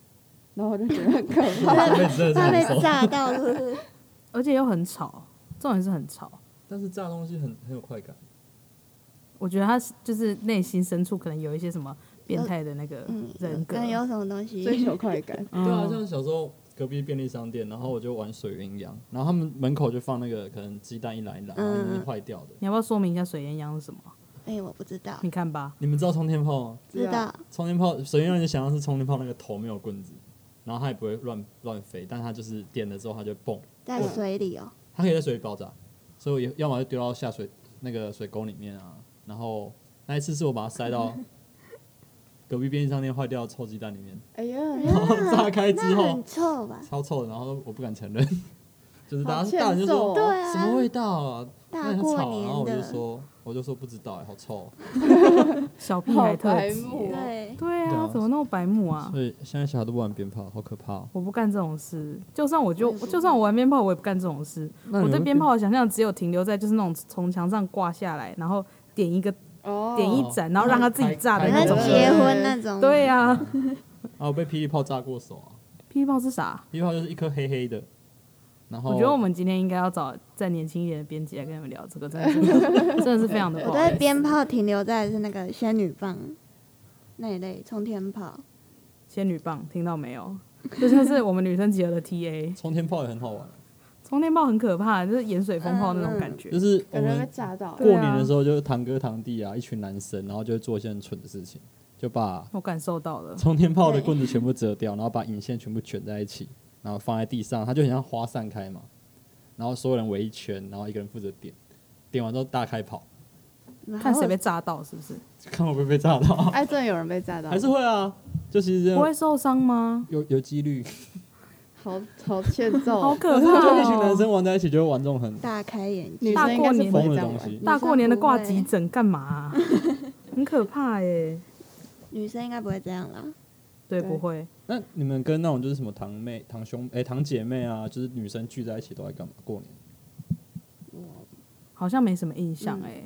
Speaker 2: 然后我就觉得很可怕。
Speaker 3: 这辈子真的
Speaker 1: 怕
Speaker 3: 是
Speaker 1: 被
Speaker 3: 很熟
Speaker 1: 炸到是不是？
Speaker 4: 而且又很吵，重点是很吵。
Speaker 3: 但是炸东西很很有快感。
Speaker 4: 我觉得他是就是内心深处可能有一些什么变态的那个
Speaker 3: [laughs]
Speaker 1: 嗯，
Speaker 4: 人格，
Speaker 1: 可能有什么东西？
Speaker 2: 追求快感，
Speaker 4: 嗯
Speaker 3: 对啊，像小时候隔壁便利商店，然后我就玩水鸳鸯，然后他们门口就放那个可能鸡蛋一篮一篮，然
Speaker 1: 嗯
Speaker 3: 后容易坏掉的。
Speaker 4: 你要不要说明一下水鸳鸯是什么？
Speaker 1: 哎、我不知道，
Speaker 4: 你看吧，
Speaker 3: 你们知道冲天炮吗？
Speaker 1: 知道
Speaker 3: 冲天炮，水鸳鸯你就想象是冲天炮那个头没有棍子，然后它也不会乱乱飞，但它就是点了之后它就蹦，
Speaker 1: 在水里哦、
Speaker 3: 它可以在水里爆炸，所以我也要么就丢到下水那个水沟里面啊。然后那一次是我把它
Speaker 2: [laughs]
Speaker 3: 塞到隔壁便利商店坏掉的臭鸡蛋里面，
Speaker 2: 哎呀，
Speaker 3: 然后炸开之
Speaker 1: 那
Speaker 3: 后
Speaker 1: 啊很臭吧？
Speaker 3: 超臭的，然后我不敢承认， [laughs] 就是大
Speaker 2: 好
Speaker 3: 家大人
Speaker 2: 欠
Speaker 3: 就
Speaker 2: 揍
Speaker 3: 说
Speaker 1: 对
Speaker 2: 哦！
Speaker 1: 啊，
Speaker 3: 什么味道啊？那
Speaker 1: 大
Speaker 3: 很
Speaker 1: 过
Speaker 3: 吵啊，然后
Speaker 1: 年
Speaker 3: 我
Speaker 1: 的，
Speaker 3: 就说，我就说不知道哎、好臭。
Speaker 4: 小屁孩特
Speaker 2: 好白
Speaker 4: 辑
Speaker 2: 目
Speaker 4: 耶，
Speaker 1: 对，
Speaker 4: 对
Speaker 3: 对
Speaker 4: 啊
Speaker 3: 啊，
Speaker 4: 怎么那么白目啊？
Speaker 3: 所以现在小孩都不玩鞭炮，好可怕、哦。
Speaker 4: 我不干这种事，就算我就
Speaker 2: 我也不
Speaker 4: 就算我玩鞭炮，我也不干这种事。
Speaker 3: 那
Speaker 4: 我
Speaker 3: 你
Speaker 4: 对
Speaker 3: 们
Speaker 4: 鞭炮的想象只有停留在就是那种从墙上挂下来，然后点一个
Speaker 2: 哦，
Speaker 4: 点一盏，然后让它自己炸的
Speaker 1: 反
Speaker 3: 哎
Speaker 4: 那
Speaker 1: 正
Speaker 4: 种
Speaker 2: 还。还
Speaker 1: 结婚那种，
Speaker 4: 对呀、啊， [laughs]
Speaker 3: 啊，我被霹雳炮炸过手啊！
Speaker 4: 屁炮是啥？
Speaker 3: 霹雳炮就是一颗黑黑的，然后
Speaker 4: 我觉得我们今天应该要找再年轻一点的编辑来跟你们聊这个，真的
Speaker 2: [laughs]
Speaker 4: 是真的是非常的不
Speaker 1: 我
Speaker 4: 好意
Speaker 1: 对
Speaker 4: 思。
Speaker 1: 鞭炮停留在是那个仙女棒那一类冲天炮，
Speaker 4: 仙女棒听到没有？这就是我们女生集合的 TA。
Speaker 3: 冲天炮也很好玩，
Speaker 4: 充电炮很可怕，就是盐水风炮那
Speaker 3: 嗯
Speaker 4: 种感觉。
Speaker 3: 就是我
Speaker 2: 感觉被
Speaker 3: 们
Speaker 2: 炸到。
Speaker 3: 过
Speaker 4: 对啊
Speaker 3: 年的时候就是堂哥堂弟啊，一群男生，然后就会做一些很蠢的事情，就把
Speaker 4: 我感受到了，
Speaker 3: 冲天炮的棍子全部折掉，然后把引线全部卷在一起，然后放在地上，它就很像花散开嘛，然后所有人围一圈，然后一个人负责点，点完之后大开跑，
Speaker 1: 然后
Speaker 4: 看谁被炸到是不是？
Speaker 3: [laughs] 看我会不会被炸到，
Speaker 2: 哎，真的有人被炸到，
Speaker 3: 还是会啊，就其实这
Speaker 4: 啊不
Speaker 3: 样
Speaker 4: 会受伤吗？
Speaker 3: 有有几
Speaker 4: [laughs]
Speaker 3: 率。
Speaker 2: 好好欠
Speaker 4: 好
Speaker 2: 揍。啊
Speaker 4: 可怕
Speaker 3: [laughs] 就一群男
Speaker 4: 哦！
Speaker 3: 生玩在一起就会玩这种很
Speaker 1: 大开眼界，
Speaker 2: 女生应该是不会这样
Speaker 3: 大过年
Speaker 2: 玩，
Speaker 4: 大过年的挂急诊干嘛啊、很可怕耶。
Speaker 1: 女生应该不会这样啦。
Speaker 4: 对，
Speaker 2: 对
Speaker 4: 不会。
Speaker 3: 那你们跟那种就是什么堂妹、堂兄、哎、堂姐妹啊，就是女生聚在一起都在干嘛？过年？
Speaker 4: 好像没什么印象哎、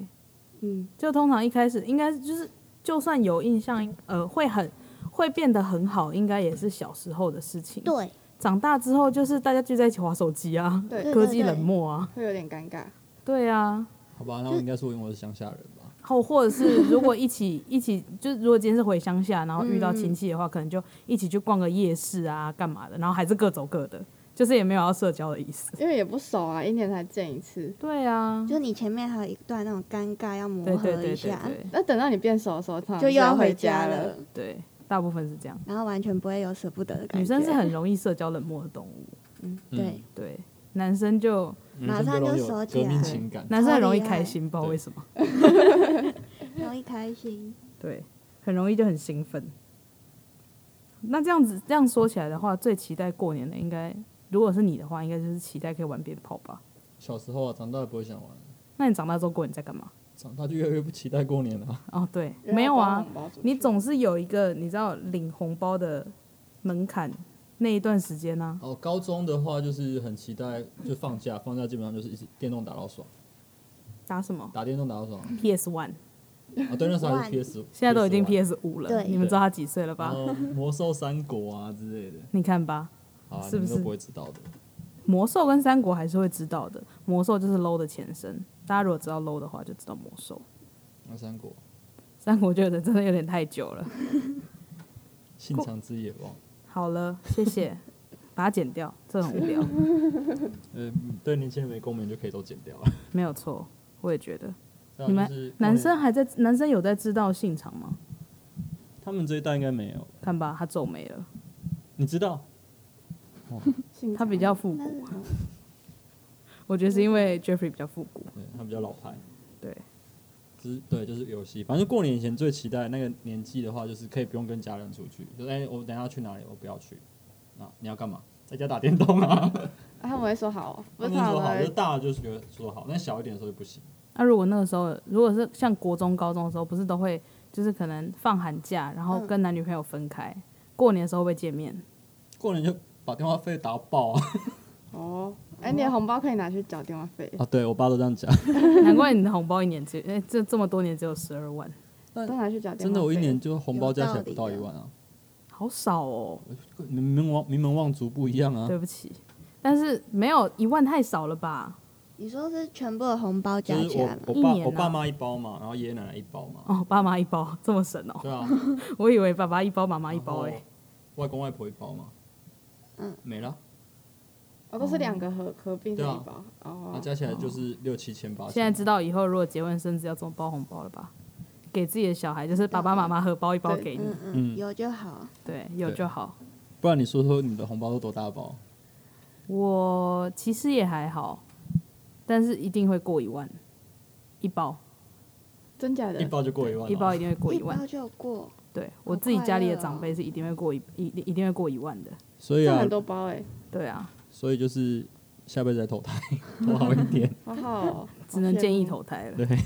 Speaker 2: 嗯，
Speaker 4: 就通常一开始应该就是，就算有印象，呃，会很会变得很好，应该也是小时候的事情。
Speaker 1: 对，
Speaker 4: 长大之后就是大家聚在一起划手机啊，
Speaker 2: 对
Speaker 1: 对
Speaker 4: 科技冷漠啊，
Speaker 2: 会有点尴尬。
Speaker 4: 对啊。
Speaker 3: 好吧，那我应该说因为我是乡下人吧。
Speaker 4: 后或者是如果
Speaker 1: [laughs]
Speaker 4: 一起一起，就是如果今天是回乡下，然后遇到
Speaker 1: 嗯
Speaker 4: 亲戚的话，可能就一起去逛个夜市啊，干嘛的，然后还是各走各的，就是也没有要社交的意
Speaker 1: [laughs]
Speaker 4: 思。
Speaker 2: 因为也不熟啊，一年才见一次。
Speaker 4: 对啊，
Speaker 1: 就你前面还有一段那种尴尬要磨
Speaker 4: 对对
Speaker 1: 合
Speaker 4: 对
Speaker 1: 一
Speaker 4: 对
Speaker 1: 下，
Speaker 4: 对
Speaker 2: 那等到你变熟的时候，通常
Speaker 1: 就又
Speaker 2: 要
Speaker 1: 要
Speaker 2: 回
Speaker 1: 回家
Speaker 2: 了
Speaker 1: 了。，
Speaker 4: 对，大部分是这样。
Speaker 1: 然后完全不会有舍不得的感觉。
Speaker 4: 女生是很容易社交冷漠的动物，
Speaker 1: 对，
Speaker 4: 对，男生就
Speaker 3: 嗯，
Speaker 1: 马上就
Speaker 3: 女生容易有
Speaker 1: 熟起来
Speaker 3: 革命情感。
Speaker 4: 男生很容易
Speaker 1: 超厉害
Speaker 4: 开心，不知道为什么，嗯
Speaker 1: 容易开心，
Speaker 4: 对，很容易就很兴奋。那这样子这样说起来的话，最期待过年的应该，如果是你的话，应该就是期待可以玩鞭炮吧？
Speaker 3: 小时候啊，长大也不会想玩，
Speaker 4: 那你长大之后过年在干嘛？
Speaker 3: 长大就越来越不期待过年了、
Speaker 4: 哦，对，
Speaker 2: 人家
Speaker 4: 没有
Speaker 2: 包
Speaker 4: 啊，
Speaker 2: 红包出去
Speaker 4: 你总是有一个你知道领红包的门槛那一段时间呢、
Speaker 3: [laughs] 哦，高中的话就是很期待，就放假，放假基本上就是一直电动打到爽，
Speaker 4: 打什么
Speaker 3: 打电动打到爽。 [laughs]
Speaker 4: PS One，
Speaker 3: 啊，对，那时候还是 PS，
Speaker 4: 现在都已经
Speaker 3: PS1
Speaker 4: PS 五了，
Speaker 1: 对
Speaker 4: 你们知道他几岁了
Speaker 3: 然
Speaker 4: 吧？
Speaker 3: 后啊哦魔兽三国啊之类的，
Speaker 4: 你看吧，
Speaker 3: 好啊，
Speaker 4: 是不
Speaker 3: 你们
Speaker 4: 是
Speaker 3: 都不会知道的。
Speaker 4: 魔兽跟三国还是会知道的，魔兽就是 low 的前身，大家如果知道 low 的话，就知道魔兽。
Speaker 3: 那三国，
Speaker 4: 三国觉得真的有点太久了。
Speaker 3: 信长之野望。
Speaker 4: 好了，谢谢，把它剪掉，这很无聊，
Speaker 3: 呃，对年轻人没共鸣就可以都剪掉 [laughs] 了。
Speaker 4: 没有错，我也觉得。
Speaker 3: 再来
Speaker 4: 你们
Speaker 3: 啊就是过
Speaker 4: 男
Speaker 3: 年
Speaker 4: 生还在，男生有在知道信长吗？
Speaker 3: 他们这一代应该没有，
Speaker 4: 看吧，他皱眉了，
Speaker 3: 你知道？
Speaker 2: 信
Speaker 4: 他比较复古。
Speaker 1: 那
Speaker 4: 我觉得是因为 Jeffrey 比较复古，
Speaker 3: 对，他比较老派。
Speaker 4: 对，
Speaker 3: 就是对，就是游戏。反正过年以前最期待那个年纪的话，就是可以不用跟家人出去，就是哎、我等一下要去哪里，我不要去。啊，你要干嘛？在家打电动啊。
Speaker 2: 啊他们会说好哦，不
Speaker 3: 他
Speaker 2: 是
Speaker 3: 们
Speaker 2: 他
Speaker 3: [laughs] 说好，就
Speaker 2: 们
Speaker 3: 大了就觉得说好，但小一点的时候就不行。
Speaker 4: 那、如果那个时候，如果是像国中、高中的时候，不是都会就是可能放寒假，然后跟男女朋友分开，过年的时候会见面。
Speaker 3: 过年就把电话费打到爆啊！
Speaker 2: 哦，哎、你的红包可以拿去缴电话费。
Speaker 3: 啊，对我爸都这样讲，
Speaker 4: 难怪你的红包一年只哎、这这么多年只有十二万，
Speaker 2: 都拿去缴电话费。
Speaker 3: 真的，我一年就红包加起来不到一万啊，
Speaker 4: 好少哦。
Speaker 3: 名门望名门望族不一样啊，
Speaker 4: 对不起，但是没有一万太少了吧？
Speaker 1: 你说是全部的红包加
Speaker 3: 就是
Speaker 1: 起
Speaker 3: 我
Speaker 1: 来吗？
Speaker 3: 我
Speaker 4: 一
Speaker 3: 爸
Speaker 4: 年啊
Speaker 3: 我爸妈一包嘛，然后爷爷奶奶一包嘛，
Speaker 4: 哦，爸妈一包这么省哦，
Speaker 3: 对啊，
Speaker 4: 我以为爸爸一包，妈妈一包哎、
Speaker 3: 然后外公外婆一包嘛，
Speaker 1: 嗯，
Speaker 3: 没了，
Speaker 2: 哦，都是两个合合并的
Speaker 3: 对
Speaker 2: 一
Speaker 3: 啊
Speaker 2: 包。
Speaker 3: 那
Speaker 2: 哦，
Speaker 3: 加起来就是六七千八千啊。
Speaker 4: 现在知道以后如果结婚生子要怎么包红包了吧？给自己的小孩就是爸爸妈妈荷包一包
Speaker 2: 对
Speaker 4: 给你
Speaker 1: 嗯，嗯，
Speaker 3: 嗯
Speaker 1: 有就好。
Speaker 4: 对，有
Speaker 3: 对
Speaker 4: 就好。
Speaker 3: 不然你说说你的红包都多大包？
Speaker 4: 我其实也还好，但是一定会过一万，一包
Speaker 2: 真假的
Speaker 3: 一？包就过一万、啊
Speaker 4: 一包一。定会过
Speaker 1: 一
Speaker 4: 一万
Speaker 1: 包。就过，
Speaker 4: 对我自己家里的长
Speaker 1: 好快乐
Speaker 4: 辈是一定会过一一一定会过一万的。
Speaker 3: 所以
Speaker 2: 这
Speaker 3: 啊
Speaker 2: 很，多包哎，
Speaker 4: 对啊，
Speaker 3: 所以就是下辈子再投
Speaker 4: [laughs]
Speaker 3: 胎，投好一点。
Speaker 2: 好好哦，
Speaker 4: 只能建议
Speaker 2: 好羡慕。
Speaker 4: 投胎了。
Speaker 3: 对，
Speaker 1: 啊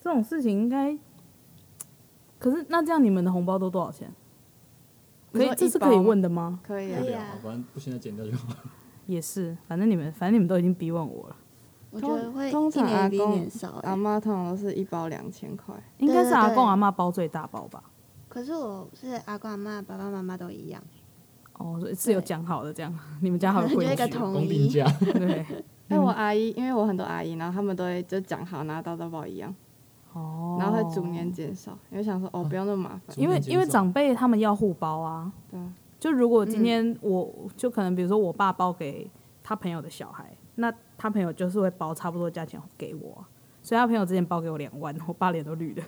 Speaker 4: 这种事情应该，可是那这样你们的红包都多少钱？
Speaker 2: 你
Speaker 4: 可
Speaker 2: 说
Speaker 4: 以，这是
Speaker 2: 一包
Speaker 4: 可以
Speaker 2: 吗
Speaker 4: 问的吗？
Speaker 2: 可以
Speaker 1: 可以
Speaker 2: 啊。
Speaker 1: 啊
Speaker 3: 好，反正不现在剪掉
Speaker 1: [laughs]
Speaker 3: 就好。
Speaker 4: 也是，反正你们反正你们都已经逼问我了，
Speaker 1: 我觉得会
Speaker 2: 通
Speaker 1: 一
Speaker 2: 常阿
Speaker 1: 年比一
Speaker 2: 公
Speaker 1: 年少欸、
Speaker 2: 阿妈通常都是一包两千块，
Speaker 4: 应该是
Speaker 1: 对
Speaker 4: 阿
Speaker 1: 对
Speaker 4: 公阿妈包最大包吧？
Speaker 1: 可是我是阿公阿妈、爸爸妈妈都一样，
Speaker 4: 哦，所以是有
Speaker 1: 对
Speaker 4: 讲好的这样， [laughs] 你们家好有
Speaker 1: 就
Speaker 4: 规
Speaker 1: 一个
Speaker 4: 矩，
Speaker 1: 统
Speaker 3: 公定
Speaker 1: 一。
Speaker 4: [laughs]
Speaker 3: 价，
Speaker 4: 对，
Speaker 2: 但我阿姨，因为我很多阿姨，然后他们都会就讲好，然后大到包一样，
Speaker 4: 哦，
Speaker 2: 然后会逐年减少，因为想说哦，不用那么麻烦。
Speaker 4: 因
Speaker 3: 逐年
Speaker 4: 为
Speaker 3: 减
Speaker 4: 因为
Speaker 3: 少
Speaker 4: 长辈他们要互包啊，
Speaker 2: 对啊，
Speaker 4: 就如果今天
Speaker 1: 嗯
Speaker 4: 我、就可能比如说我爸包给他朋友的小孩，那他朋友就是会包差不多价钱给我啊、所以他朋友之前包给我两万，我爸脸都绿的，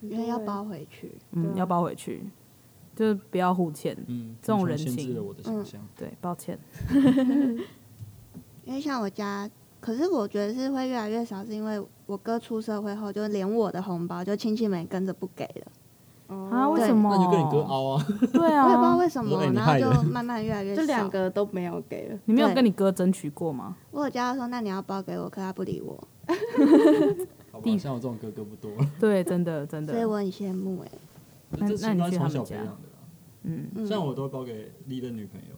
Speaker 1: 因为要包回去，
Speaker 4: 嗯，要包回去，就是不要互欠，
Speaker 3: 嗯，
Speaker 4: 这种人情
Speaker 3: 限制了我的
Speaker 1: 嗯
Speaker 3: 想象。
Speaker 4: 对，抱歉，
Speaker 1: 因为像我家，可是我觉得是会越来越少，是因为我哥出社会后，就连我的红包就亲戚们也跟着不给了，
Speaker 4: 啊，
Speaker 2: 哦
Speaker 4: 为
Speaker 1: 对
Speaker 4: 什么？
Speaker 3: 那你就跟你哥凹啊，
Speaker 4: 对啊，
Speaker 1: 我也不知道 [laughs] 为什
Speaker 3: 我
Speaker 1: 么
Speaker 3: 说哎，你
Speaker 1: 然后
Speaker 3: 害
Speaker 1: 就
Speaker 3: 人
Speaker 1: 慢慢越来越少。
Speaker 2: [laughs] 就两，个都没有给了，
Speaker 4: 你没有
Speaker 1: 对
Speaker 4: 跟你哥争取过吗？
Speaker 1: 我有叫他说，那你要包给我，可他不理我，
Speaker 3: [laughs] 好吧，
Speaker 4: 弟
Speaker 3: 像我这种哥哥不多了。
Speaker 4: 对，真的真
Speaker 3: 啊
Speaker 1: 所以
Speaker 4: 的，
Speaker 1: 我很羡慕哎、
Speaker 4: 那
Speaker 3: 这习
Speaker 4: 那
Speaker 3: 惯
Speaker 4: 你去
Speaker 3: 从
Speaker 4: 他们
Speaker 3: 小培
Speaker 4: 家
Speaker 3: 养的啦。
Speaker 4: 嗯，
Speaker 1: 嗯，
Speaker 3: 像我都会包给历任女朋友，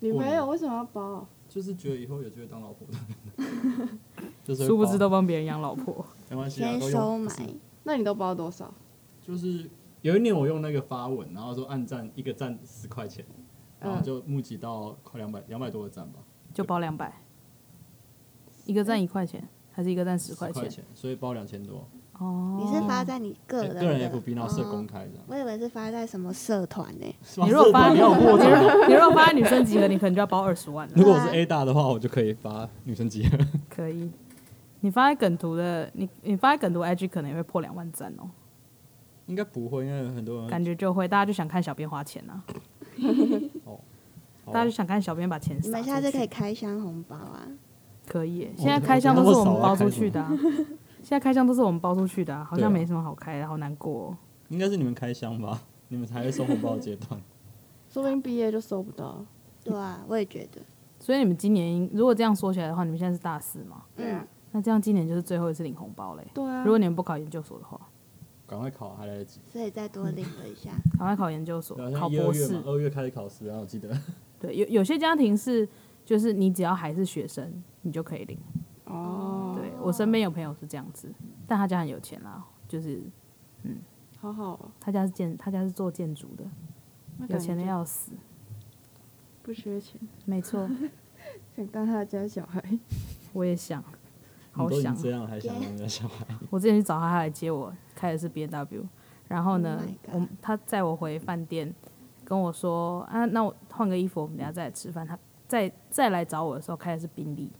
Speaker 2: 女朋
Speaker 3: 过
Speaker 2: 友
Speaker 3: 年
Speaker 2: 为什么要包？
Speaker 3: 就是觉得以后有机会当老婆的。
Speaker 4: [laughs]
Speaker 3: 就是会
Speaker 4: 殊不
Speaker 3: 包
Speaker 4: 知都帮别人养老婆，
Speaker 3: 没关系啊，
Speaker 1: 先
Speaker 3: 都
Speaker 1: 收
Speaker 3: 用
Speaker 1: 买
Speaker 3: 不，是
Speaker 2: 那你都包多少？
Speaker 3: 就是有一年我用那个发文，然后说按赞一个赞十块钱，
Speaker 4: 嗯
Speaker 3: 然后就募集到快两百两百多个赞吧，
Speaker 4: 就包两百，一个赞一块钱，还是一个赞十
Speaker 3: 十
Speaker 4: 块
Speaker 3: 块
Speaker 4: 钱？
Speaker 3: 钱，所以包两千多。
Speaker 4: 哦，
Speaker 1: 你是发在你个
Speaker 3: 对
Speaker 1: 人的
Speaker 3: 个人 FB 然后设公
Speaker 1: 哦
Speaker 3: 开这样
Speaker 1: 我以为是发在什么社团呢、
Speaker 3: 是吧。
Speaker 4: 嗯你如果
Speaker 3: 社团
Speaker 4: 发
Speaker 3: 你要有货
Speaker 4: 你
Speaker 3: 真的
Speaker 4: 若你若发女生集合，你可能就要包二十万
Speaker 3: 如
Speaker 4: 了。
Speaker 3: 果我是 A 大的话，我就可以发女生集合。
Speaker 4: 可以，你发在梗图的，你你发在梗图 IG 可能也会破两万赞哦，
Speaker 3: 应该不会，因为有很多人
Speaker 4: 感觉就会，大家就想看小编花钱
Speaker 3: 哦
Speaker 4: 啊，
Speaker 3: 好
Speaker 4: 大家就想看小编把钱
Speaker 1: 你
Speaker 4: 撒
Speaker 1: 们
Speaker 4: 出去。
Speaker 1: 下次可以开箱红包
Speaker 3: [laughs]
Speaker 1: 啊！
Speaker 4: 可以耶，
Speaker 3: 我
Speaker 4: 现在
Speaker 3: 的
Speaker 4: 开箱
Speaker 3: 哦我
Speaker 4: 都
Speaker 3: 的
Speaker 4: 是我
Speaker 3: 那
Speaker 4: 们
Speaker 3: 么少
Speaker 4: 包
Speaker 3: 要
Speaker 4: 出
Speaker 3: 开什
Speaker 4: 去
Speaker 3: 么
Speaker 4: 的、啊， [laughs] 现在开箱都是我们包出去的、啊，好
Speaker 3: 对
Speaker 4: 像
Speaker 3: 啊
Speaker 4: 没什么好开的，好难过、哦。
Speaker 3: 应该是你们开箱吧，你们才会收红包的阶段。
Speaker 2: 说不定毕业就收不到。
Speaker 1: 对啊，我也觉得，
Speaker 4: 所以你们今年应如果这样说起来的话，你们现在是大四嘛？
Speaker 2: 啊
Speaker 1: 嗯，
Speaker 4: 那这样今年就是最后一次领红包嘞。
Speaker 2: 对啊
Speaker 4: 如，果你们不考研究所的话，
Speaker 3: 赶快考还来得及，
Speaker 1: 所以再多领了一下。
Speaker 4: 赶快考研究所
Speaker 3: 对啊，现在
Speaker 4: 考
Speaker 3: 一
Speaker 4: 博
Speaker 3: 二月
Speaker 4: 士
Speaker 3: 嘛，。二月开始考试，啊然后我记得
Speaker 4: 对，有有些家庭是，就是你只要还是学生，你就可以领。
Speaker 2: 哦，
Speaker 4: 对我身边有朋友是这样子，但他家很有钱啦，就是
Speaker 2: 好好哦，
Speaker 4: 他家是建，他家是做建筑的，
Speaker 2: 那
Speaker 4: 有
Speaker 2: 感
Speaker 4: 钱的
Speaker 2: 觉
Speaker 4: 要死。
Speaker 2: 不缺钱，
Speaker 4: 没错，
Speaker 2: 想当他家小孩。
Speaker 4: 我也
Speaker 3: [laughs]
Speaker 4: 想，
Speaker 3: 你
Speaker 4: 好
Speaker 3: 都已
Speaker 4: 想
Speaker 3: 经。这样了，还想当人家小孩？
Speaker 4: 我之前去找他，他来接我，开的是 B N W。然后呢
Speaker 1: Oh my，god
Speaker 4: 我他载我回饭店，跟我说啊，那我换个衣服，我们等一下再来吃饭。他再再来找我的时候，开的是宾利，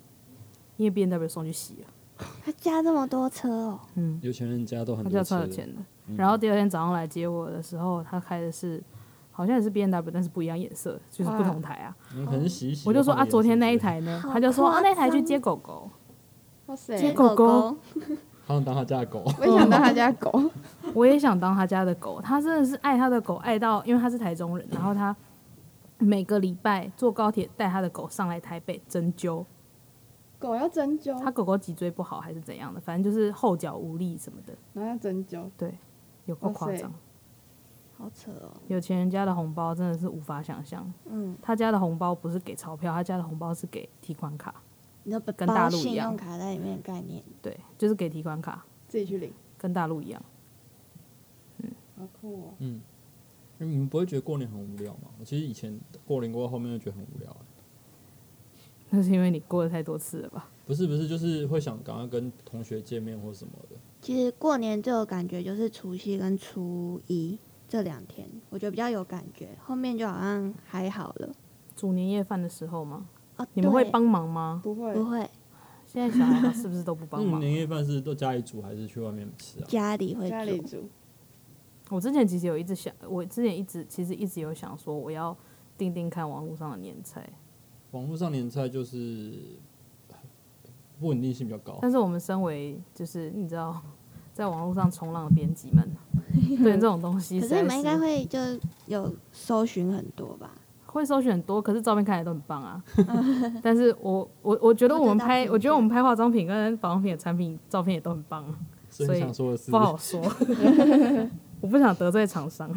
Speaker 4: 因为 B N W 送去洗了，
Speaker 1: 他加这么多车哦，
Speaker 4: 嗯，
Speaker 3: 有钱人家都很
Speaker 4: 他家
Speaker 3: 多
Speaker 4: 超有
Speaker 3: 钱，嗯
Speaker 4: 钱的。然后第二天早上来接我的时候，他开的是好像也是 B N W，但是不一样颜色，就是不同台啊。
Speaker 3: 你们可能嗯洗一洗。
Speaker 4: 我就说
Speaker 3: 换个
Speaker 4: 啊，
Speaker 3: 颜色
Speaker 4: 昨天那一
Speaker 3: 之类的，
Speaker 4: 台呢？
Speaker 1: 好
Speaker 4: 他就说啊，
Speaker 1: 夸
Speaker 4: 那台去
Speaker 1: 张
Speaker 4: 接狗狗。
Speaker 2: 哇塞，
Speaker 4: 结果狗狗
Speaker 3: 他想当他家的狗。 [laughs]
Speaker 2: 我也想当他家狗。
Speaker 4: 我也想当他家的狗，他真的是爱他的狗，爱到因为他是台中人，然后他每个礼拜坐高铁带他的狗上来台北针灸，
Speaker 2: [laughs] 狗要针灸，
Speaker 4: 他狗狗脊椎不好还是怎样的，反正就是后脚无力什么的，
Speaker 2: 然后要针灸，
Speaker 4: 对，有够夸
Speaker 2: 哇塞
Speaker 4: 张。
Speaker 1: 好扯哦，
Speaker 4: 有钱人家的红包真的是无法想象，
Speaker 1: 嗯，
Speaker 4: 他家的红包不是给钞票，他家的红包是给提款卡，
Speaker 1: 你就
Speaker 4: 跟
Speaker 1: 包
Speaker 4: 大陆一
Speaker 1: 信
Speaker 4: 样
Speaker 1: 用卡在里面的概念，
Speaker 4: 对，就是给提款卡，
Speaker 2: 自己去领，
Speaker 4: 跟大陆一样。
Speaker 2: 好酷哦！
Speaker 3: 嗯，你们不会觉得过年很无聊吗？我其实以前过年过后面就觉得很无聊、欸，
Speaker 4: 那是因为你过了太多次了吧？
Speaker 3: 不是不是，就是会想赶快跟同学见面或什么的。
Speaker 1: 其实过年最有感觉就是除夕跟初一这两天，我觉得比较有感觉，后面就好像还好了。
Speaker 4: 煮年夜饭的时候吗？
Speaker 1: 哦，
Speaker 4: 你们
Speaker 1: 对
Speaker 4: 会帮忙吗？
Speaker 2: 不会，
Speaker 1: 不会？
Speaker 4: 现在小孩是不是都不帮
Speaker 3: 嗯那你们
Speaker 4: 忙？啊
Speaker 3: 年夜饭是都家里煮还是去外面吃啊？
Speaker 1: 家里会
Speaker 2: 家里
Speaker 1: 煮，
Speaker 2: 煮，
Speaker 4: 我之前其实有一直想，我之前一直其实一直有想说，我要定定看网络上的年菜，
Speaker 3: 网络上年菜就是不稳定性比较高，
Speaker 4: 但是我们身为就是你知道， [laughs] 在网络上冲浪的编辑
Speaker 1: [laughs]
Speaker 4: 们，对这种东西
Speaker 1: 可
Speaker 4: 实在，
Speaker 1: 是你们应该会就有搜寻很多吧？
Speaker 4: 会搜寻很多，可是照片看起来都很
Speaker 1: [laughs]
Speaker 4: 棒啊。但是我我我觉得我们拍，
Speaker 1: 不知道评价
Speaker 4: 我觉得我们拍化妆品跟保养品的产品照片也都很棒啊，
Speaker 3: 所以
Speaker 4: 所以
Speaker 3: 你想说的是
Speaker 4: 不好说。 [laughs] 我不想得罪厂商，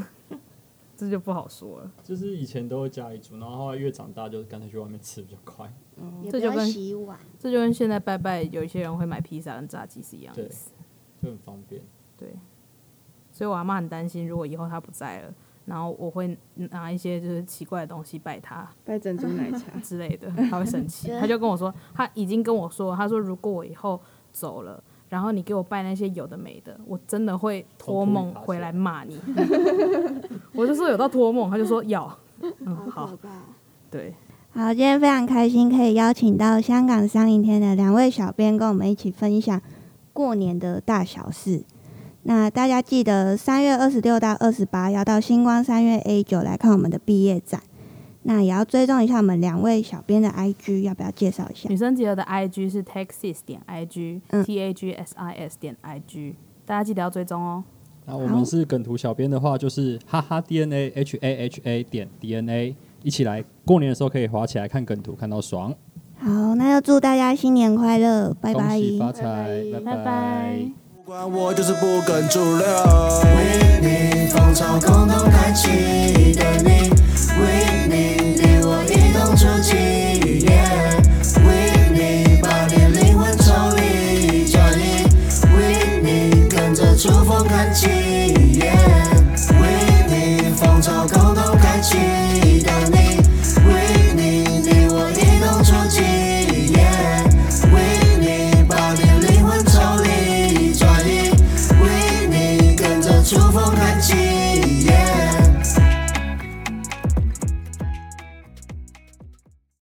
Speaker 4: 这就不好说了。
Speaker 3: [laughs] 就是以前都会家里煮，然后后来越长大就是干脆去外面吃比较快。
Speaker 2: 哦
Speaker 1: 也不
Speaker 4: 哦这就
Speaker 1: 用
Speaker 4: 跟
Speaker 1: 洗碗，
Speaker 4: 这就跟现在拜拜，有一些人会买披萨跟炸鸡是一样的
Speaker 3: 对
Speaker 4: 意思。
Speaker 3: 就很方便。
Speaker 4: 对，所以我阿妈很担心，如果以后她不在了，然后我会拿一些就是奇怪的东西拜她，
Speaker 2: 带珍珠奶茶
Speaker 4: 之类的，她会生气。
Speaker 1: 对
Speaker 4: 她就跟我说，她已经跟我说，她说如果我以后走了。然后你给我拜那些有的没的，我真的会托梦回来骂你。 [laughs] 我就说有到托梦，她就说要。 [laughs] 嗯，好，
Speaker 1: 吧。
Speaker 4: 对，
Speaker 1: 好，今天非常开心可以邀请到香港上影天的两位小编跟我们一起分享过年的大小事。那大家记得三月二十六到二十八要到星光三月 A 九来看我们的毕业展，那也要追踪一下我们两位小编的 IG，要不要介绍一下
Speaker 3: 嗯
Speaker 4: 女？生节的 IG 是 taxis 点 IG
Speaker 1: 嗯
Speaker 4: T A G S I S 点 IG，大家记得要追踪哦。
Speaker 3: 那我们是梗图小编的话，就是哈哈 DNA H A H A 点 DNA，一起来过年的时候可以滑起来看梗图，看到爽，
Speaker 1: 好，那就祝大家新年快乐，拜
Speaker 3: 恭
Speaker 1: 拜。
Speaker 3: 喜发财，
Speaker 2: 拜
Speaker 4: 拜拜。
Speaker 5: 不管我就是不跟主流。为民风潮共同开启的你，为你你我一同出击。Yeah, 为你把你灵魂抽离转移，为你跟着秋风看齐。Yeah, 为你风潮共同开启的你，为你你我一同出击。Yeah, 为你把你灵魂抽离转移，为你跟着秋风看齐。Yeah